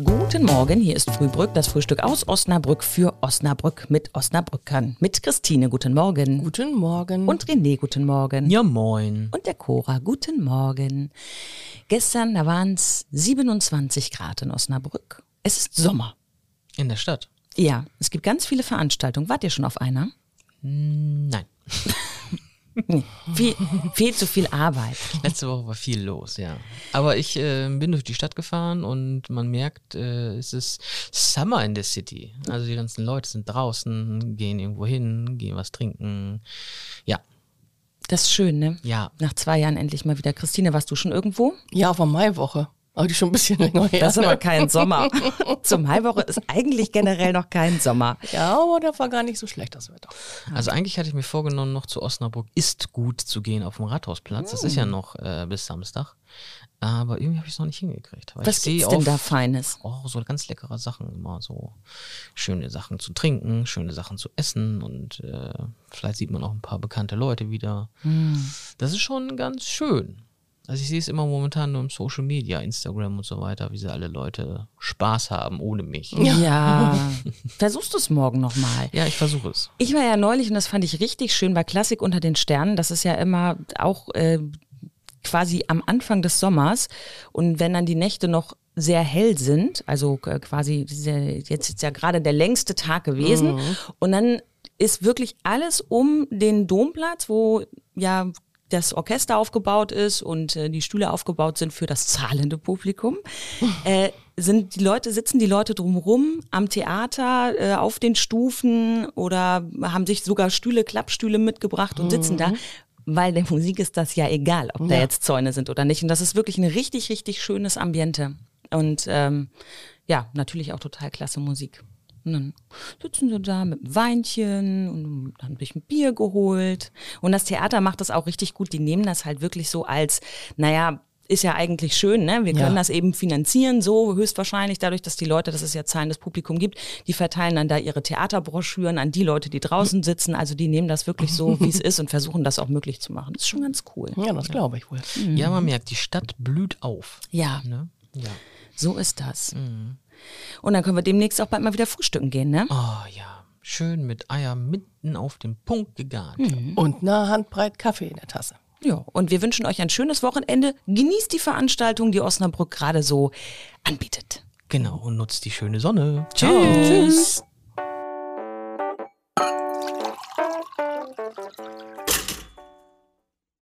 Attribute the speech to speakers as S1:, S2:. S1: Morgen, hier ist Frühbrück, das Frühstück aus Osnabrück für Osnabrück mit Osnabrückern. Mit Christine, guten Morgen.
S2: Guten Morgen.
S1: Und René, guten Morgen.
S3: Ja, moin.
S1: Und der Cora, guten Morgen. Gestern, da waren es 27 Grad in Osnabrück. Es ist Sommer.
S3: In der Stadt?
S1: Ja, es gibt ganz viele Veranstaltungen. Wart ihr schon auf einer?
S3: Nein.
S1: Nee, viel, viel zu viel Arbeit.
S3: Letzte Woche war viel los, ja. Aber ich äh, bin durch die Stadt gefahren und man merkt, äh, es ist Summer in der City. Also die ganzen Leute sind draußen, gehen irgendwo hin, gehen was trinken. Ja,
S1: Das ist schön, ne?
S3: ja.
S1: Nach zwei Jahren endlich mal wieder. Christine, warst du schon irgendwo?
S2: Ja, war Maiwoche. Aber die ist schon ein bisschen länger her.
S1: Das ist aber kein Sommer. Zum Maiwoche ist eigentlich generell noch kein Sommer.
S2: ja, aber da war gar nicht so schlecht das Wetter.
S3: Also eigentlich hatte ich mir vorgenommen, noch zu Osnabrück ist gut zu gehen auf dem Rathausplatz. Das ist
S1: Mm.
S3: ja noch äh, bis Samstag. Aber irgendwie habe ich es noch nicht hingekriegt. Weil ich
S1: Was
S3: stehe
S1: gibt's denn
S3: auf-
S1: da Feines?
S3: Oh, so ganz leckere Sachen immer, so schöne Sachen zu trinken, schöne Sachen zu essen und äh, vielleicht sieht man auch ein paar bekannte Leute wieder.
S1: Hm.
S3: Das ist schon ganz schön. Also ich sehe es immer momentan nur im Social Media, Instagram und so weiter, wie sie alle Leute Spaß haben ohne mich.
S1: Ja. Versuchst du es morgen nochmal.
S3: Ja, ich versuche es.
S1: Ich war ja neulich, und das fand ich richtig schön, bei Klassik unter den Sternen. Das ist ja immer auch äh, quasi am Anfang des Sommers. Und wenn dann die Nächte noch sehr hell sind, also äh, quasi sehr, jetzt ist ja gerade der längste Tag gewesen. Und dann ist wirklich alles um den Domplatz, wo ja das Orchester aufgebaut ist und äh, die Stühle aufgebaut sind für das zahlende Publikum, äh, sind die Leute, sitzen die Leute drumrum am Theater, äh, auf den Stufen oder haben sich sogar Stühle, Klappstühle mitgebracht und sitzen da. Weil der Musik ist das ja egal, ob da jetzt Zäune sind oder nicht. Und das ist wirklich ein richtig, richtig schönes Ambiente. Und ähm, ja, natürlich auch total klasse Musik. Und dann sitzen sie da mit einem Weinchen und haben sich ein Bier geholt. Und das Theater macht das auch richtig gut. Die nehmen das halt wirklich so als, naja, ist ja eigentlich schön, ne? Wir können das eben finanzieren, so höchstwahrscheinlich dadurch, dass die Leute, dass es ja zahlendes Publikum gibt, die verteilen dann da ihre Theaterbroschüren an die Leute, die draußen sitzen. Also die nehmen das wirklich so, wie es ist und versuchen das auch möglich zu machen. Das ist schon ganz cool.
S2: Ja, das glaube ich wohl.
S3: Ja, man merkt, die Stadt blüht auf.
S1: Hm. Ja,
S3: Ne? Ja.
S1: so ist das. Und dann können wir demnächst auch bald mal wieder frühstücken gehen, ne?
S3: Oh ja, schön mit Eier mitten auf den Punkt gegart.
S1: Hm.
S2: Und eine Handbreit Kaffee in der Tasse.
S1: Ja, und wir wünschen euch ein schönes Wochenende. Genießt die Veranstaltung, die Osnabrück gerade so anbietet.
S3: Genau, und nutzt die schöne Sonne.
S1: Tschüss.